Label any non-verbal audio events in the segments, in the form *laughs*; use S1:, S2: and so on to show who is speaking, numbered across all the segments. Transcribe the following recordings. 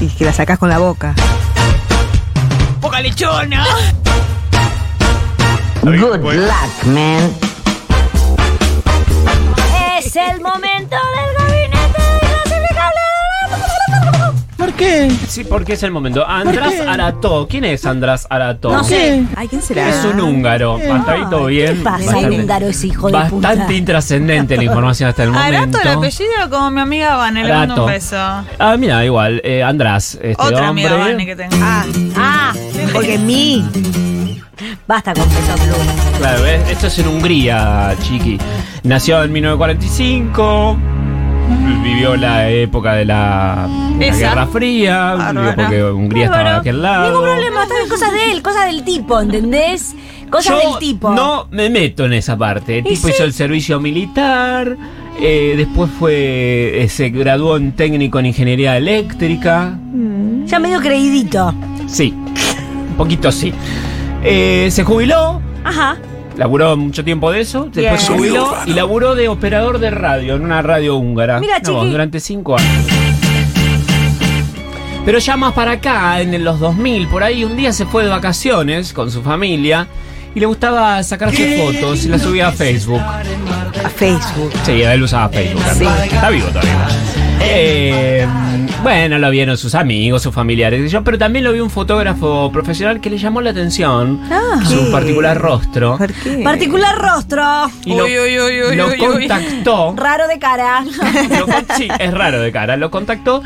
S1: Y que la sacás con la boca.
S2: ¡Poca lechona!
S3: Good luck, man.
S4: Es el momento del gabinete inclasificable.
S5: ¿Por qué?
S6: Sí, porque es el momento. András Arató. ¿Quién es András Arató?
S4: No sé.
S1: Ay, ¿quién será?
S6: Es un húngaro. Hasta ahí todo bien.
S4: ¿Qué pasa?
S6: Bastante-
S4: El húngaro es hijo de puta.
S6: Bastante intrascendente la información hasta el momento.
S7: Arato el apellido como mi amiga Vane, le mando un
S6: Arato.
S7: beso.
S6: Ah, mira, igual, eh, András, este
S7: Otra amiga Vane
S6: hombre.
S7: que tengo.
S1: Ah,
S4: Ah,
S1: porque mí.
S4: basta con peso pluma.
S6: Claro, eh, esto es en Hungría, chiqui. Nació en 1945. Vivió la época de la, de la
S7: Esa.
S6: Guerra Fría.
S7: Bárbaro.
S6: vivió porque Hungría estaba de
S7: Bárbaro.
S6: aquel lado.
S4: Ningún problema, está bien, cosas de él, cosas del tipo, ¿entendés? Cosas
S6: Yo
S4: del tipo.
S6: No me meto en esa parte. El
S4: Y
S6: tipo
S4: sí.
S6: hizo el servicio militar. eh, después fue. eh, se graduó en técnico en ingeniería eléctrica.
S4: Ya medio creidito.
S6: Sí. Un poquito sí. Eh, se jubiló.
S4: Ajá.
S6: Laburó mucho tiempo de eso. Después se
S4: Bien.
S6: jubiló y laburó de operador de radio en una radio húngara.
S4: Mira,
S6: No,
S4: chiqui.
S6: durante cinco años. Pero ya más para acá, en los 2000, por ahí un día se fue de vacaciones con su familia y le gustaba sacarse fotos y las subía a Facebook.
S1: A Facebook.
S6: Sí, él usaba Facebook. Carlos. Está vivo todavía. Eh, bueno, lo vieron sus amigos, sus familiares, qué sé yo, pero también lo vio un fotógrafo profesional que le llamó la atención
S1: Ah.
S6: su
S1: ¿Qué?
S6: particular rostro
S1: ¿Por qué?
S4: Particular rostro.
S6: y lo,
S7: Uy, uy, uy, uy,
S6: lo
S7: uy, uy. *laughs*
S6: contactó.
S4: Raro de cara.
S6: lo con- sí, es raro de cara. Lo contactó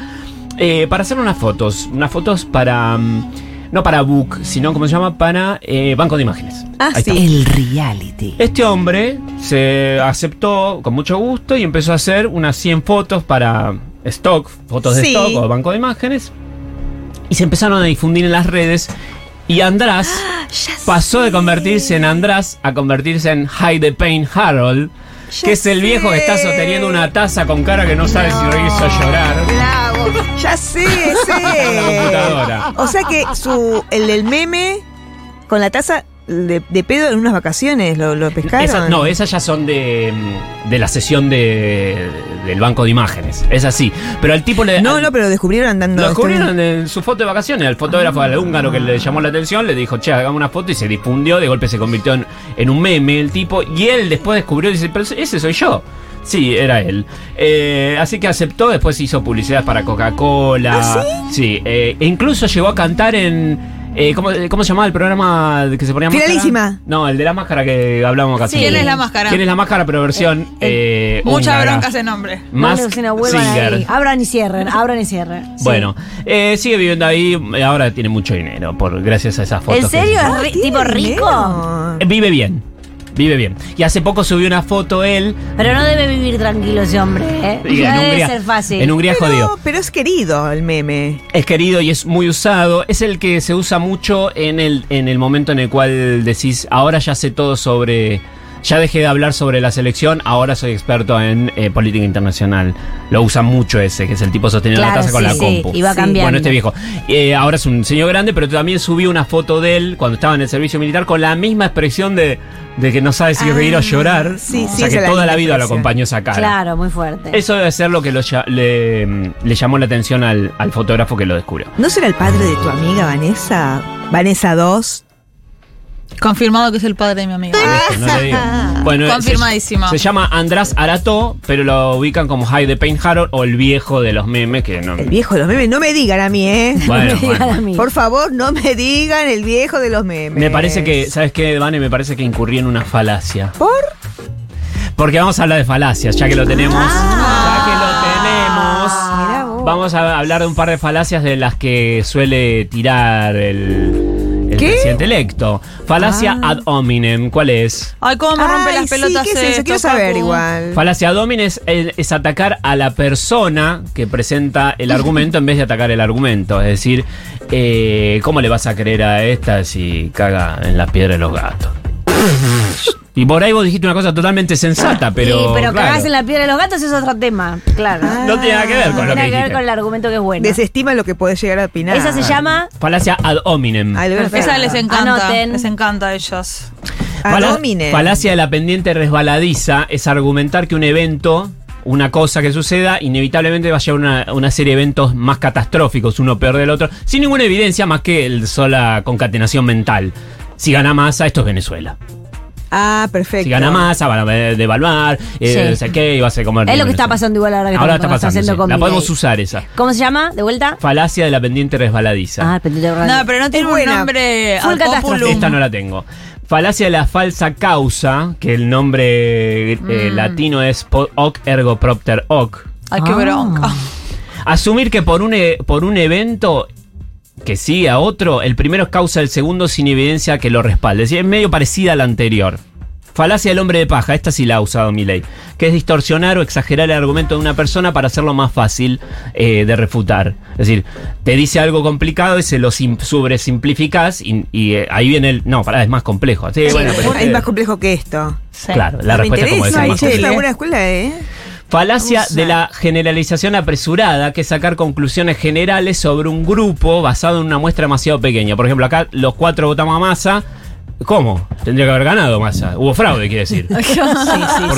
S6: eh, para hacer unas fotos. Unas fotos para. mm, no para Book, sino como se llama, para eh, Banco de Imágenes.
S1: Ah,
S6: Ahí está.
S1: sí.
S8: El reality.
S6: Este hombre se aceptó con mucho gusto y empezó a hacer unas 100 fotos para stock, fotos de
S1: Sí.
S6: stock o banco de imágenes. Y se empezaron a difundir en las redes.
S1: *gasps*
S6: Y András
S1: Ah,
S6: pasó de convertirse en András a convertirse en Hide the Pain Harold, que es el viejo que está sosteniendo una taza con cara que no sabe si reírse o llorar.
S1: Bravo. Ya sé, sé.
S6: Computadora.
S1: O sea que su, el del meme con la taza de, de pedo en unas vacaciones lo, lo pescaron.
S6: Esa- no, esas ya son de, mm, de la sesión de, del banco de imágenes. Es así. Pero al tipo le.
S1: no,
S6: al-
S1: no, pero lo descubrieron andando. este
S6: Lo descubrieron en su foto de vacaciones. El fotógrafo al húngaro que le llamó la atención le dijo, che, hagamos una foto y se difundió. De golpe se convirtió en, en un meme el tipo. Y él después descubrió y dice, pero ese soy yo. Sí, era él. Eh, así que aceptó, después hizo publicidades para Coca-Cola. sí? eh, e incluso llegó a cantar en... eh, ¿cómo, cómo se llamaba el programa que se ponía máscara?
S1: Finalísima.
S6: No, el de la máscara que hablamos acá.
S4: Sí.
S6: hace un
S7: ¿Quién es
S6: poco.
S7: la máscara?
S6: ¿Quién es la máscara? Pero versión... eh,
S7: Mucha
S6: húngara.
S7: bronca ese nombre.
S6: Mask
S4: Manos en la hueva de
S6: Singer.
S4: ahí. Abran y cierren, abran y cierren. Sí.
S6: Bueno, eh, sigue viviendo ahí, eh, ahora tiene mucho dinero por gracias a esas fotos.
S4: ¿En
S6: que
S4: serio?
S6: hizo.
S1: Ah,
S4: ¿Es ri- tipo rico?
S6: Eh, Vive bien, vive bien. Y hace poco subió una foto él.
S4: Pero no debe vivir tranquilo ese hombre, ¿eh?
S6: y
S4: *laughs* no
S6: en
S4: debe
S6: Hungría,
S4: ser fácil.
S6: En Hungría es jodido.
S1: Pero, pero es querido el meme.
S6: Es querido y es muy usado. Es el que se usa mucho en el, en el momento en el cual decís, ahora ya sé todo sobre... Ya dejé de hablar sobre la selección, ahora soy experto en eh, política internacional. Lo usa mucho ese, que es el tipo sosteniendo
S4: Claro,
S6: la taza con
S4: sí,
S6: la
S4: sí,
S6: compu.
S4: y va
S6: Sí.
S4: cambiando.
S6: Bueno, este viejo. Eh, ahora es un señor grande, pero también subí una foto de él cuando estaba en el servicio militar con la misma expresión de, de que no sabe si
S1: Ah,
S6: reír o llorar.
S1: sí,
S6: o
S1: sí, esa
S6: sea que
S1: es la
S6: toda la
S1: misma
S6: vida lo
S1: expresión.
S6: acompañó esa cara.
S4: Claro, muy fuerte. *laughs*
S6: Eso debe ser lo que lo ya- le, mm, le llamó la atención al, al fotógrafo que lo descubrió.
S1: ¿No será el padre de tu amiga Vanessa? Vanessa 2.
S7: Confirmado que es el padre de mi amiga.
S6: No
S1: *laughs*
S6: le digo. Bueno, eh,
S7: Confirmadísimo.
S6: Se, se llama András Arato, pero lo ubican como High the Pain Harold o el viejo de los memes que no.
S1: El viejo de los memes. No me digan a mí, ¿eh?
S6: Bueno,
S4: Me digan a
S6: bueno.
S4: mí.
S1: Por favor, no me digan el viejo de los memes.
S6: Me parece que, ¿sabes qué, Vane? Me parece que incurrí en una falacia.
S1: ¿Por?
S6: Porque vamos a hablar de falacias, ya que lo tenemos.
S1: Ah.
S6: ya que lo
S1: Mirá
S6: tenemos.
S1: vos.
S6: Vamos a hablar de un par de falacias de las que suele tirar el, el
S1: ¿Qué?
S6: presidente electo. Falacia
S4: Ah.
S6: ad hominem, ¿cuál es?
S7: Ay, cómo me rompe
S1: Ay,
S7: las pelotas
S1: sí, ¿qué es eso?
S7: esto,
S1: Quiero saber
S7: Facu.
S1: igual.
S6: Falacia ad hominem es, es- es atacar a la persona que presenta el argumento en vez de atacar el argumento. Es decir, eh, ¿cómo le vas a creer a esta si caga en las piedras de los gatos? y por ahí vos dijiste una cosa totalmente sensata, pero.
S4: sí, pero
S6: claro,
S4: cagás en la piedra de los gatos es otro tema, claro.
S6: No tiene nada que ver con lo
S4: Tiene
S6: que
S4: que ver
S6: dijiste.
S4: con el argumento que es bueno.
S1: Desestima lo que podés llegar a opinar.
S4: Esa se llama
S6: Falacia ad hominem.
S1: Ay, lo voy a hacer.
S7: Esa les encanta.
S4: Anoten.
S7: Les encanta a ellos.
S4: Ah,
S1: Ad
S6: Fala-
S1: hominem.
S6: Falacia de la pendiente resbaladiza es argumentar que un evento, una cosa que suceda, inevitablemente va a llevar una, una serie de eventos más catastróficos, uno peor del otro, sin ninguna evidencia más que el sola concatenación mental. Si gana masa, esto es Venezuela.
S1: Ah, perfecto.
S6: Si gana masa, van a devaluar, eh,
S4: Sí.
S6: no sé qué, y va a ser como...
S4: Es lo que está pasando igual ahora que
S6: Ahora está
S4: estamos-
S6: pasando.
S4: haciendo
S6: sí.
S4: comida
S6: La podemos
S4: ahí.
S6: usar esa.
S4: ¿Cómo se llama? ¿De vuelta?
S6: Falacia de la pendiente resbaladiza.
S4: Ah, pendiente de
S7: No,
S4: radio.
S7: pero no tiene un
S1: buena.
S7: nombre
S4: Full
S7: ad
S4: catástrofe.
S7: populum.
S6: Esta no la tengo. Falacia de la falsa causa, que el nombre eh, latino es po- hoc ergo propter hoc.
S7: Ay, qué
S4: Ah.
S7: bronca.
S6: Asumir que por un, e- por un evento que sigue a otro, el primero es causa del segundo sin evidencia que lo respalde. Es decir, es medio parecida a la anterior. Falacia del hombre de paja, esta sí la ha usado Milei, que es distorsionar o exagerar el argumento de una persona para hacerlo más fácil eh, de refutar. Es decir, te dice algo complicado y se lo sim- sobresimplificás y, y, eh, ahí viene el... No, pará, es más complejo. Sí, bueno, pero
S1: es
S6: eh,
S1: más complejo que esto.
S6: Claro, la
S1: No
S6: respuesta es como
S1: me
S6: decir, más
S1: interesa, che, es
S6: complejo.
S1: una buena escuela, ¿eh?
S6: Falacia
S1: Usa.
S6: de la generalización apresurada, que es sacar conclusiones generales sobre un grupo basado en una muestra demasiado pequeña. Por ejemplo, acá los cuatro votamos a Massa. ¿Cómo? Tendría que haber ganado Massa. Hubo fraude, quiere
S1: *laughs*
S6: decir. Porque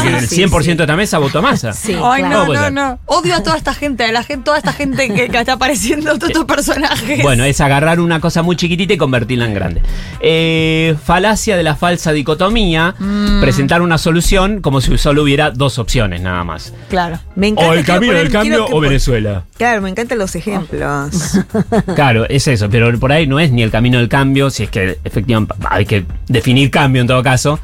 S6: el 100% de esta mesa votó a Massa.
S4: Sí,
S7: *laughs* Ay,
S4: claro.
S7: no,
S6: Puede
S7: no,
S6: ser.
S7: no. Odio a toda esta gente, a la gente, toda esta gente que, que está apareciendo, todos
S6: *laughs*
S7: estos personajes.
S6: Eh, Bueno, es agarrar una cosa muy chiquitita y convertirla en grande. Eh, falacia de la falsa dicotomía,
S1: Mm.
S6: presentar una solución como si solo hubiera dos opciones nada más.
S7: Claro.
S1: Me encanta.
S6: O el
S1: quiero
S6: camino
S1: poner-
S6: del cambio
S1: quiero que
S6: o
S1: pon-
S6: Venezuela. Ah,
S1: Claro, me encantan los
S6: *laughs*
S1: ejemplos.
S6: Claro, es eso, pero por ahí no es ni el camino del cambio, si es que efectivamente hay que definir cambio en todo caso.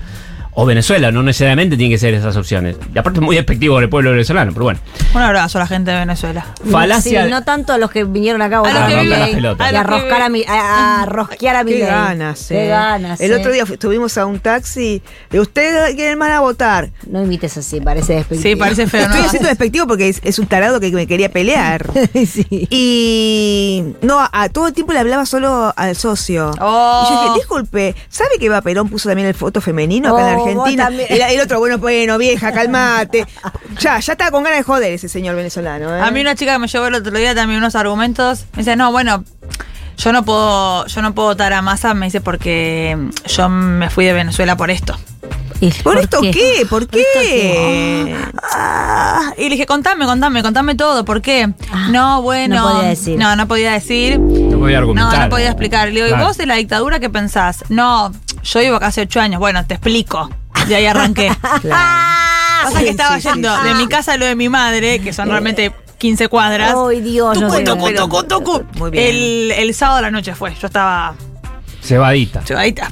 S6: O Venezuela, no necesariamente tienen que ser esas opciones. Y aparte es muy despectivo con el pueblo venezolano, pero bueno.
S7: Un abrazo a la gente de Venezuela.
S6: Falacia.
S4: Sí, no tanto a los que vinieron acá a
S7: los
S4: votar.
S6: que
S4: por
S6: viven-
S4: Milei.
S6: a los que
S4: Y a roscar a mi, a, a rosquear a mi
S1: Qué ganas, eh.
S4: Qué ganas.
S1: El
S4: eh.
S1: otro día fu- estuvimos a un taxi. De ustedes quieren más a votar.
S4: No imites así, parece despectivo.
S7: Sí, parece feo,
S1: Estoy
S7: ¿no?
S1: haciendo despectivo porque es, es un tarado que me quería
S7: *laughs*
S1: pelear.
S4: sí.
S1: Y no, a, a todo el tiempo le hablaba solo al socio.
S7: Oh.
S1: Y yo dije, disculpe, ¿sabe que Eva Perón puso también el foto femenino acá
S4: Oh, vos
S1: en Argentina?
S4: también.
S1: El, el otro, bueno, bueno, vieja, calmate. Ya, ya estaba con ganas de joder ese señor venezolano. ¿eh?
S7: A mí una chica que me llevó el otro día también unos argumentos, me dice, no, bueno, yo no puedo, yo no puedo votar a masa, me dice, porque yo me fui de Venezuela por esto.
S4: ¿Y
S1: ¿Por, esto qué? ¿Por qué?
S4: esto qué?
S7: Ah, y le dije, contame, contame, contame todo, ¿por qué?
S4: Ah,
S7: no, bueno.
S4: no podía decir.
S7: No, no podía decir.
S6: No podía argumentar.
S7: No, no podía explicar. Le digo, ¿y
S6: Claro.
S7: vos de la dictadura qué pensás? No, yo vivo acá hace ocho años. Bueno, te explico. De ahí
S4: *laughs*
S7: arranqué. *laughs* Pasa
S1: Ah, Sí,
S7: que estaba
S1: sí, sí,
S7: yendo
S1: sí.
S7: de mi casa a lo de mi madre, que son realmente 15 cuadras.
S4: Ay, Dios, no
S7: Tucu,
S4: sé.
S7: tucu, tucu, tucu.
S1: Muy bien.
S7: El, el sábado a la noche fue. Yo estaba
S6: Cebadita.
S7: chivadita.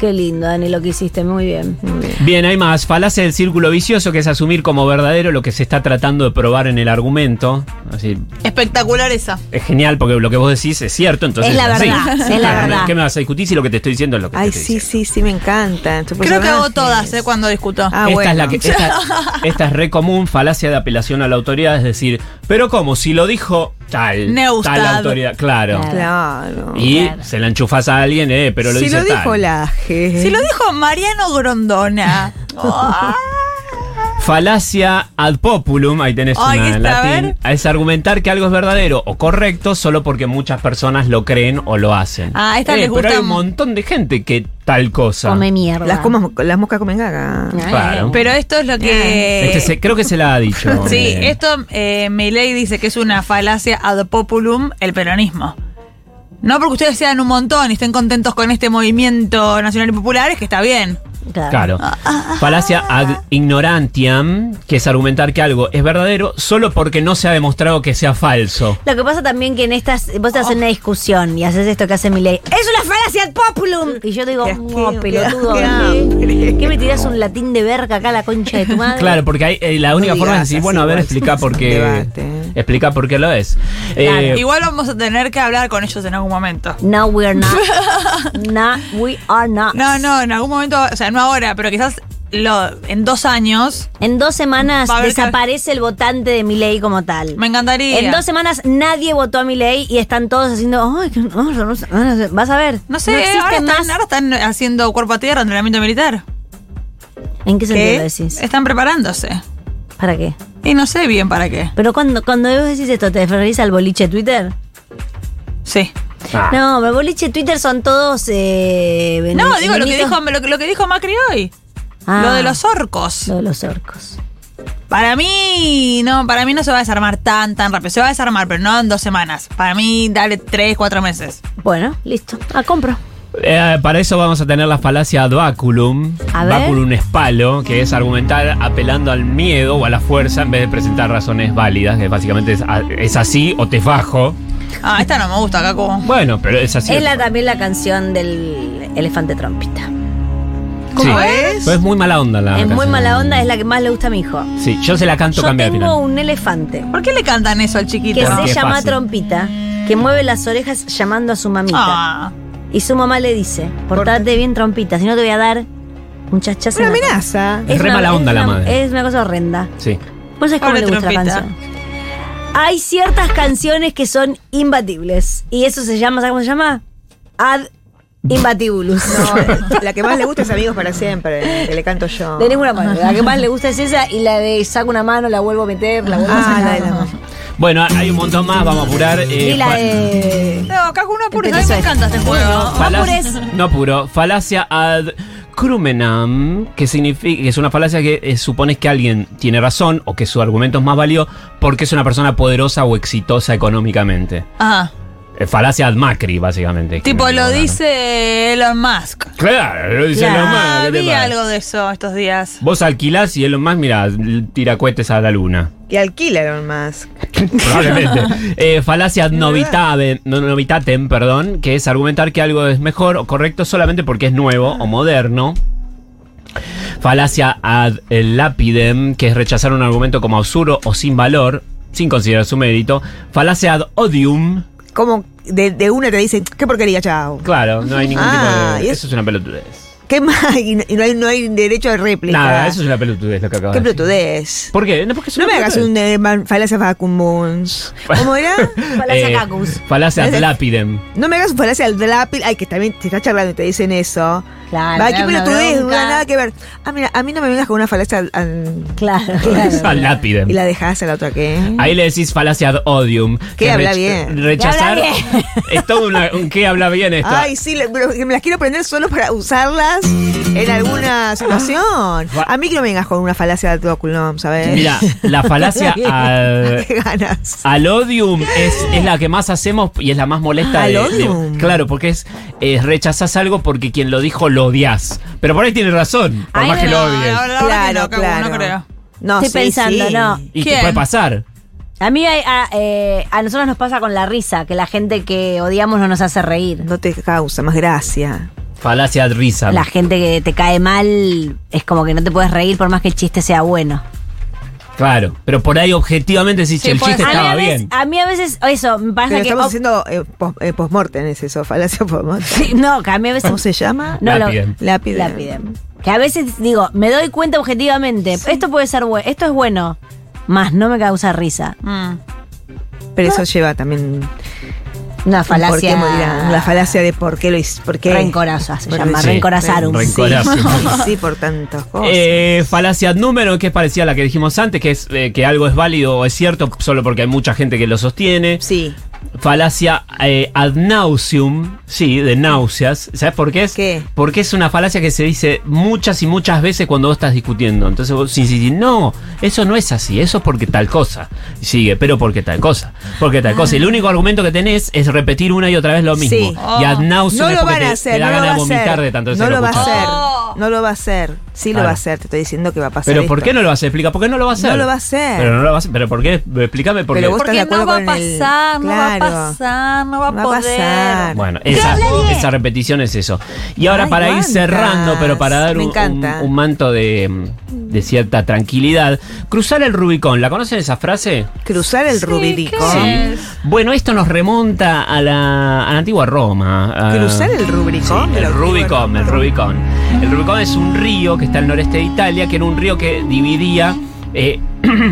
S4: Qué lindo, Dani, lo que hiciste. Muy bien.
S6: Bien, hay más. Falacia del círculo vicioso, que es asumir como verdadero lo que se está tratando de probar en el argumento. Así,
S7: Espectacular esa.
S6: es genial porque lo que vos decís es cierto, entonces.
S4: Es la
S6: así.
S4: verdad, es la
S6: Claro,
S4: verdad.
S6: ¿Qué me vas a discutir si lo que te estoy diciendo es lo que te
S1: Ay,
S6: estoy
S1: sí,
S6: diciendo?
S1: sí, sí, me encantan. Sus
S7: Creo que hago
S1: personajes.
S7: todas, ¿eh? Cuando discuto.
S1: Pues Ah,
S6: esta,
S1: bueno.
S6: es la que, esta, esta es re común, falacia de apelación a la autoridad, es decir, pero como si lo dijo tal,
S7: Neustad.
S6: tal autoridad, claro.
S1: Claro.
S6: Y se la enchufas a alguien, eh, pero lo
S1: si
S6: dice
S1: lo
S6: tal.
S1: dijo la G.
S7: Si lo dijo Mariano
S1: *laughs*
S7: Grondona. Ah.
S6: Falacia ad populum, ahí tenés
S7: Ay,
S6: una en
S7: está, a
S6: latín, es argumentar que algo es verdadero o correcto solo porque muchas personas lo creen o lo hacen.
S7: Ah, esta
S6: Eh,
S7: les
S6: Pero
S7: gusta
S6: hay un
S7: mu-
S6: montón de gente que tal cosa.
S4: Come mierda.
S1: las, comas- las moscas comen gaga.
S4: Ay,
S6: Claro.
S7: Pero esto es lo que.
S6: Este se- creo que se la ha dicho.
S7: Sí,
S6: Eh,
S7: esto eh, Milei dice que es una falacia ad populum el peronismo. No porque ustedes sean un montón y estén contentos con este movimiento nacional y popular, es que está bien.
S6: Claro. Falacia ad ignorantiam, que es argumentar que algo es verdadero solo porque no se ha demostrado que sea falso.
S4: Lo que pasa también que en estas, vos te haces una discusión y haces esto que hace Milei. Es una falacia ad populum. Y yo digo,
S1: Qué asqueo,
S4: no, pelotudo.
S1: qué
S4: ¿Qué
S1: hambre.
S4: ¿Qué me tirás un latín de verga acá a la concha de tu madre?
S6: Claro, porque hay, eh, la única
S1: No
S6: forma
S1: digas
S6: es decir,
S1: así,
S6: bueno, a ver,
S1: igual,
S6: explica
S1: es
S6: por
S1: un
S6: qué.
S1: debate, ¿eh?
S6: Explica por qué lo es. Eh,
S7: Igual vamos a tener que hablar con ellos en algún momento.
S4: No, we are not. no, we are not.
S7: No, no, en algún momento, o sea, no ahora, pero quizás lo, en dos años.
S4: En dos semanas
S7: Va a haber que-
S4: desaparece el votante de Milei como tal.
S7: Me encantaría.
S4: En dos semanas nadie votó a Milei y están todos haciendo, "Ay, que no, no, no, no, no". vas a ver.
S7: No sé,
S4: existe
S7: ahora, están,
S4: más.
S7: ahora están haciendo cuerpo a tierra, entrenamiento militar.
S4: ¿En qué sentido
S1: ¿Qué?
S4: lo decís?
S7: Están preparándose.
S4: ¿Para qué?
S7: Y no sé bien para qué.
S4: Pero cuando, cuando vos decís esto, ¿te referís al boliche Twitter?
S7: Sí.
S6: ah,
S4: No, pero boliche Twitter son todos. eh,
S7: No,
S4: beni-
S7: digo lo que,
S4: benitos-
S7: dijo, lo, que- lo que dijo Macri hoy.
S4: Ah,
S7: Lo de los orcos.
S4: Lo de los orcos.
S7: Para mí, no, para mí no se va a desarmar tan, tan rápido. Se va a desarmar, pero no en dos semanas. Para mí, dale tres, cuatro meses.
S4: Bueno, listo. Ah, compro.
S6: eh, para eso vamos a tener la falacia ad baculum.
S4: A ver.
S6: Baculum es palo, que es argumentar apelando al miedo o a la fuerza en vez de presentar razones válidas, que básicamente es, a- es así o te bajo.
S7: Ah, esta no me gusta, Caco.
S6: Bueno, pero es así.
S4: Es la, también la canción del elefante trompita.
S7: Ah,
S6: Sí.
S1: es?
S6: Pero es muy mala onda la
S4: es muy
S6: canción.
S4: mala onda, es la que más le gusta a mi hijo.
S6: Sí, yo se la canto
S4: Yo
S6: cambiada al
S4: tengo
S6: final.
S4: un elefante
S7: ¿Por qué le cantan eso al chiquito?
S4: que
S6: Qué
S4: se llama
S6: fácil.
S4: Trompita, que mueve las orejas llamando a su mamita.
S7: Ah,
S4: Y su mamá le dice, portate bien Trompita, si no te voy a dar un
S1: *laughs*
S4: chachazo.
S1: Una
S4: en la cara". *laughs*
S1: amenaza.
S6: Es re mala
S4: es
S6: onda la madre.
S4: Es una cosa horrenda.
S6: Sí.
S4: Vos sabés cómo
S7: Pobre
S4: le gusta la
S7: trompita.
S4: canción. Hay ciertas canciones que son imbatibles. Y eso se llama, ¿sabes cómo se llama? Ad imbatibulus.
S1: No, la que más le gusta es Amigos para Siempre, que le canto yo.
S4: *laughs* De ninguna manera. La que más le gusta es esa y la de saco una mano, la vuelvo a meter, la vuelvo a
S1: Ah,
S4: sacar.
S1: la de la-
S6: Bueno, hay un montón más, vamos a apurar. eh,
S4: Y la
S6: fa-
S4: de...
S7: no, Caco, uno apures. A mí
S4: Empezó
S7: me
S4: esto.
S7: encanta este juego.
S6: fala-
S4: apures.
S6: No apuro. Falacia ad crumenam, que significa que es una falacia que eh, supones que alguien tiene razón o que su argumento es más válido porque es una persona poderosa o exitosa económicamente.
S7: Ajá.
S6: Eh, falacia ad Macri, básicamente. que
S7: Tipo,
S6: me
S7: lo
S6: mandaron.
S7: dice Elon Musk.
S6: Claro, lo dice
S4: Claro,
S6: Elon Musk,
S7: Ah,
S6: ¿qué te
S7: vi
S6: pasa?
S7: algo de eso estos días.
S6: Vos alquilás y Elon Musk, mira, tira cohetes a la luna.
S1: Y alquilaron más. *laughs*
S6: Probablemente. Eh, falacia ad novitabe- no- novitatem, perdón, que es argumentar que algo es mejor o correcto solamente porque es nuevo o moderno. Falacia ad lapidem, que es rechazar un argumento como absurdo o sin valor, sin considerar su mérito. Falacia ad odium,
S1: Como de, de una te dicen, qué porquería, chao.
S6: claro, no hay ningún
S1: Ah,
S6: tipo
S1: y
S6: de...
S1: es-
S6: Eso es una pelotudez.
S1: ¿Qué más? *laughs* Y no, y no hay, no hay derecho de réplica.
S6: Nada, eso es una pelotudez lo que acabas
S1: Qué
S6: de decir.
S1: pelotudez.
S6: ¿Por qué? No, porque es
S1: No
S6: una
S1: me hagas
S6: pelotudez.
S1: un eh, man- falacia vacum
S6: *laughs*
S1: mons. ¿Cómo era?
S4: Falacia
S6: Eh,
S4: cacus.
S1: *laughs*
S6: Falacia ad
S1: Falacia-
S6: lapidem.
S1: No me hagas un falacia al lápiz. Ay, que también te está charlando y te dicen eso.
S4: Claro,
S1: Va,
S4: me
S1: qué
S4: da una
S1: pelotudez, no
S4: bronca.
S1: nada que ver. Ah, mira, a mí no me vengas con una falacia al- al-
S4: Claro, claro.
S6: *laughs* Ad lapidem.
S1: y la dejás a la otra que.
S6: Ahí le decís falacia ad odium.
S1: ¿Qué
S6: Que eh,
S1: habla bien?
S6: Rechazar.
S4: ¿Qué habla bien?
S6: Es todo una- un qué habla bien esto.
S1: Ay, sí, le- pero que me las quiero aprender solo para usarlas en alguna situación.
S6: Va-
S1: A mí que no me vengas con una falacia de autoculón, ¿sabes?
S6: Mira, la falacia al.
S1: *laughs* Qué ganas.
S6: Al odium es, es la que más hacemos y es la más molesta
S1: Al
S6: de,
S1: odium.
S6: de- Claro, porque es, es rechazás algo porque quien lo dijo lo odias. Pero por ahí tiene razón, por
S4: Ay,
S6: más que lo
S7: No,
S6: odies.
S7: la verdad que no, Caco, no creo.
S1: No,
S4: Estoy
S1: sí,
S4: pensando,
S1: sí.
S4: no.
S6: Y te
S7: ¿Quién?
S6: puede pasar.
S4: A mí, hay- a, eh, a nosotros nos pasa con la risa, que la gente que odiamos no nos hace reír.
S1: No te causa más gracia.
S6: Falacia ad risa.
S4: La gente que te cae mal es como que no te puedes reír por más que el chiste sea bueno.
S6: Claro, pero por ahí objetivamente si
S7: Sí,
S6: el
S7: puede
S6: chiste
S7: ser.
S4: a, mí
S6: estaba
S4: a, veces,
S6: bien.
S4: a mí a veces, eso, me pasa
S1: Pero
S4: que...
S1: estamos
S4: oh,
S1: haciendo eh, pos- eh, postmortem, es eso, falacia postmortem.
S4: *laughs* sí, no, que a mí a veces...
S1: ¿Cómo se llama?
S4: *laughs* no, lo-
S6: Lápide.
S1: Lápide.
S4: lápide. Que a veces digo, me doy cuenta objetivamente, esto puede ser bueno, esto es bueno, más no me causa risa.
S7: Mm.
S1: Pero eso lleva también
S4: Una
S1: ¿Por qué
S4: falacia...
S1: morirán? La falacia de por qué lo hice. ¿Por qué?
S4: Rencorosa se
S1: Por-
S4: llama,
S6: Sí.
S4: rencorazarum.
S6: Rencorazarum.
S1: Sí, sí, por tantas cosas.
S6: Eh, falacia número que es parecida a la que dijimos antes, que es eh, que algo es válido o es cierto solo porque hay mucha gente que lo sostiene.
S1: sí.
S6: Falacia eh, ad nauseum, sí, de náuseas. ¿Sabes por qué es?
S1: ¿Qué?
S6: Porque es una falacia que se dice muchas y muchas veces cuando vos estás discutiendo. Entonces vos insistís, no, eso no es así, eso es porque tal cosa. Y sigue, pero porque tal cosa, porque tal cosa. Y el único argumento que tenés es repetir una y otra vez lo mismo.
S1: Sí.
S6: Y ad
S7: Oh.
S6: nauseum
S1: No
S6: es
S1: lo
S6: porque
S1: van a
S6: te-
S1: hacer,
S6: te da
S1: no lo
S6: ganas
S1: va
S6: de
S1: a hacer.
S6: vomitar de tanto que
S1: No
S6: se
S1: lo va a
S6: escuchás.
S1: hacer.
S7: Oh.
S1: No lo va a hacer. Sí lo
S6: Claro.
S1: va a hacer. Te estoy diciendo que va a pasar.
S6: Pero ¿por
S1: esto.
S6: qué no lo hace? Explica, ¿por qué no lo va a hacer?
S1: No lo va a hacer.
S6: Pero no lo va a hacer. ¿Pero por qué? Explícame por
S1: Pero
S6: qué.
S1: vos- estás de
S7: Porque
S1: acuerdo
S7: no va a
S1: con el-
S7: pasar, no va a
S1: Claro.
S7: pasar, no va a
S1: No va a
S7: poder.
S1: pasar.
S6: Bueno, esa, esa repetición es eso. Y ahora
S1: Ay,
S6: para ir
S1: cuántas.
S6: cerrando, pero para dar
S1: Me
S6: un,
S1: encanta.
S6: un- un manto de, mm, de cierta tranquilidad, cruzar el Rubicón, ¿la conocen esa frase?
S1: Cruzar el Rubicón.
S7: ¿qué? Sí.
S6: Bueno, esto nos remonta a la, a la antigua Roma. a-
S1: Cruzar el
S6: Sí,
S1: Rubicón.
S6: el Rubicón, el Rubicón. El Rubicón es un río que está al noreste de Italia, que era un río que dividía eh,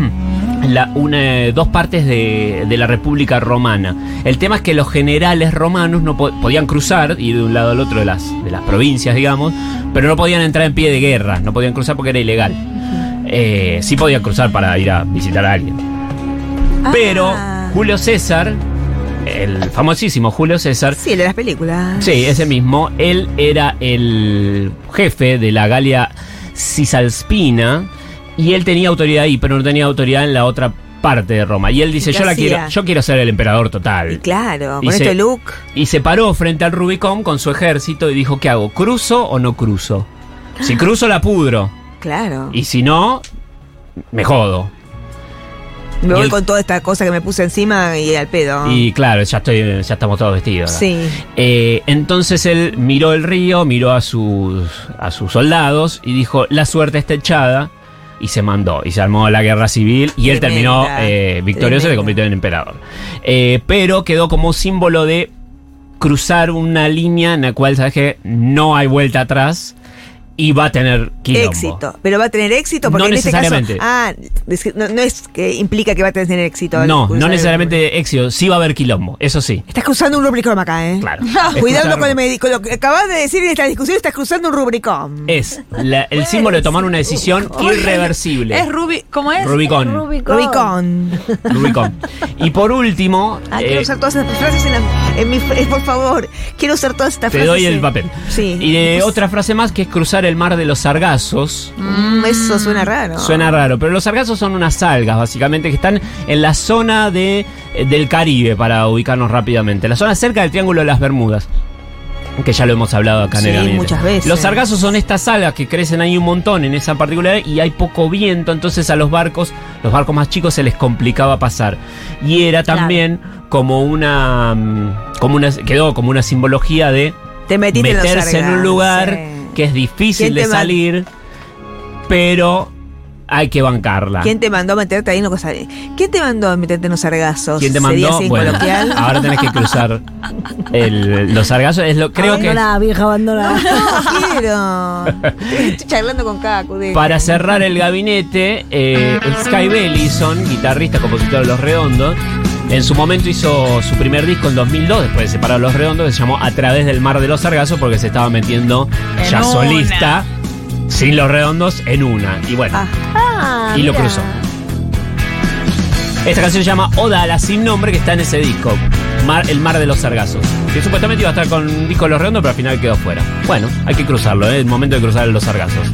S6: *clears throat* la- una- dos partes de, de la República Romana. El tema es que los generales romanos no po- podían cruzar, ir de un lado al otro de las, de las provincias, digamos, pero no podían entrar en pie de guerra, no podían cruzar porque era ilegal. Eh, sí podían cruzar para ir a visitar a alguien.
S1: Ah.
S6: Pero Julio César, el famosísimo Julio César,
S1: Sí, el de las películas.
S6: Sí, ese mismo. Él era el jefe de la Galia Cisalpina y él tenía autoridad ahí, pero no tenía autoridad en la otra parte de Roma. Y él dice,
S1: ¿Y qué
S6: yo la
S1: hacía?
S6: quiero, yo quiero ser el emperador
S1: Y
S6: total.
S1: claro,
S6: Y
S1: con
S6: se-
S1: este look.
S6: Y se paró frente al Rubicón con su ejército y dijo, ¿qué hago? ¿Cruzo o no cruzo? Si cruzo la pudro
S1: Claro.
S6: y si no, me jodo.
S1: me
S6: y
S1: voy
S6: el-
S1: con toda esta cosa que me puse encima y al pedo.
S6: Y claro, ya, estoy, ya estamos todos vestidos. ¿verdad?
S1: Ah. sí.
S6: Eh, entonces él miró el río, miró a sus, a sus soldados y dijo, la suerte está echada. Y se mandó, y se armó la guerra civil, y él terminó
S1: Tremenda,
S6: eh, victorioso y se
S1: tremenda.
S6: convirtió en emperador. Eh, pero quedó como símbolo de cruzar una línea en la cual, ¿sabes qué? No hay vuelta atrás y va a tener quilombo.
S1: Éxito. Pero va a tener éxito porque
S6: No
S1: en este caso.
S6: necesariamente.
S1: Ah, es que no, no es que implica que va a tener éxito. el
S6: No,
S1: cruzar
S6: no
S1: el-
S6: necesariamente éxito, sí va a haber quilombo, eso sí.
S1: Estás cruzando un Rubicón acá, ¿eh?
S6: Claro.
S1: *laughs* Cuidado
S6: Escuchar-
S1: con, el medi- con lo que acabas de decir en esta discusión, estás cruzando un Rubicón.
S6: Es la- el símbolo de tomar una decisión irreversible.
S7: Es Rubi, ¿cómo es?
S6: Rubicón.
S4: Rubicon.
S1: Rubicón. *laughs*
S6: Rubicón. Y
S7: *laughs*
S6: por último,
S1: Ah, quiero
S6: eh,
S1: usar todas estas frases en, la- en mi. eh, por favor, quiero usar todas estas
S6: te
S1: frases.
S6: doy
S1: en-
S6: el papel.
S1: Sí.
S6: Y eh, otra frase más que es cruzar el mar de los sargazos.
S1: Mm, Eso suena raro.
S6: Suena raro, pero los sargazos son unas algas, básicamente, que están en la zona de, eh, del Caribe, para ubicarnos rápidamente. La zona cerca del Triángulo de las Bermudas. Que ya lo hemos hablado acá en
S1: Sí,
S6: el gabinete.
S1: muchas veces.
S6: Los sargazos son estas algas que crecen ahí un montón en esa particular y hay poco viento, entonces a los barcos, los barcos más chicos, se les complicaba pasar. Y era
S4: Claro.
S6: también como una. mm, como una. quedó como una simbología de
S1: Te metiste en los
S6: meterse en, un
S1: sargazos,
S6: lugar
S1: sí.
S6: que es difícil
S1: ¿Quién
S6: de
S1: te man-
S6: salir, pero hay que bancarla.
S1: ¿Quién te mandó a meterte ahí en los sargazos? ¿Quién te mandó a meterte en los sargazos?
S6: ¿Quién te
S1: Sería
S6: mandó?
S1: así en
S6: Bueno,
S1: coloquial.
S6: *laughs*
S1: *laughs*
S6: ahora tenés que cruzar el- los sargazos. Es lo, creo que
S4: Abandonada, Ah, vieja abandonada.
S1: No quiero. Estoy charlando con Cacu. de-
S6: para cerrar el gabinete, eh, Sky Bellison, guitarrista, compositor de Los Redondos, en su momento hizo su primer disco en 2002, después de separar Los Redondos, que se llamó A través del mar de los sargazos, porque se estaba metiendo
S7: En
S6: ya
S7: una.
S6: solista, sin Los Redondos, en una. Y bueno,
S1: Ah,
S4: Ah,
S6: Y lo
S4: mira.
S6: cruzó. Esta canción se llama Oda a la sin nombre que está en ese disco. Mar- el mar de los sargazos. Que supuestamente iba a estar con un disco de los redondos, pero al final quedó fuera. Bueno, hay que cruzarlo, ¿eh? el momento de cruzar los sargazos.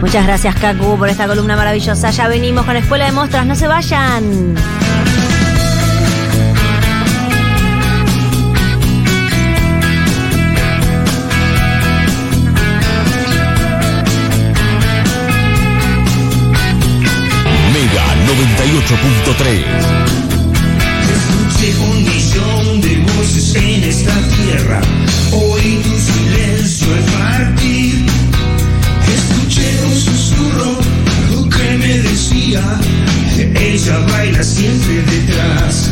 S4: Muchas gracias, Kaku, por esta columna maravillosa. Ya venimos con Escuela de Mostras. No se vayan.
S5: Mega 98.3.
S9: Escuche un millón de voces en esta tierra. Oí tu silencio al partir. Escuché un susurro algo que me decía. Ella baila siempre detrás.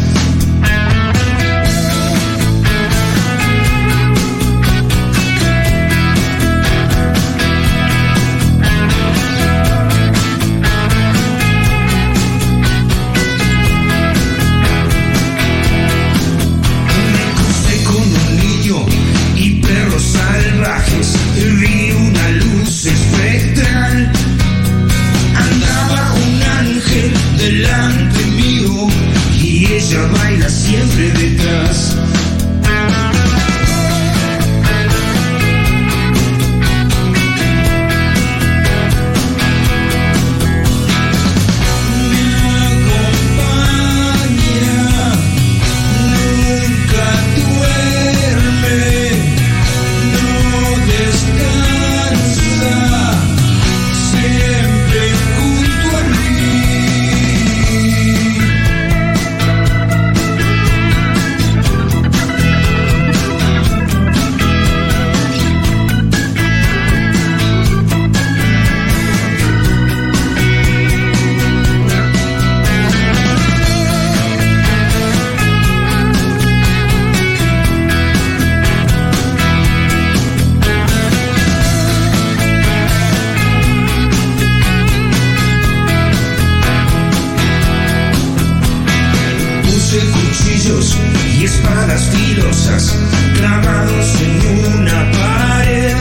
S9: espadas filosas clavados en una pared.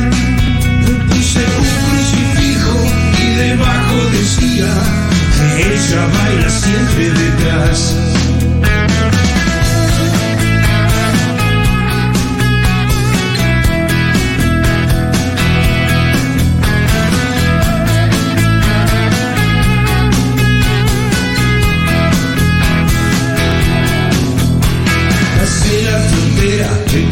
S9: Puse un crucifijo y debajo decía que ella baila siempre detrás. Pasé la frontera de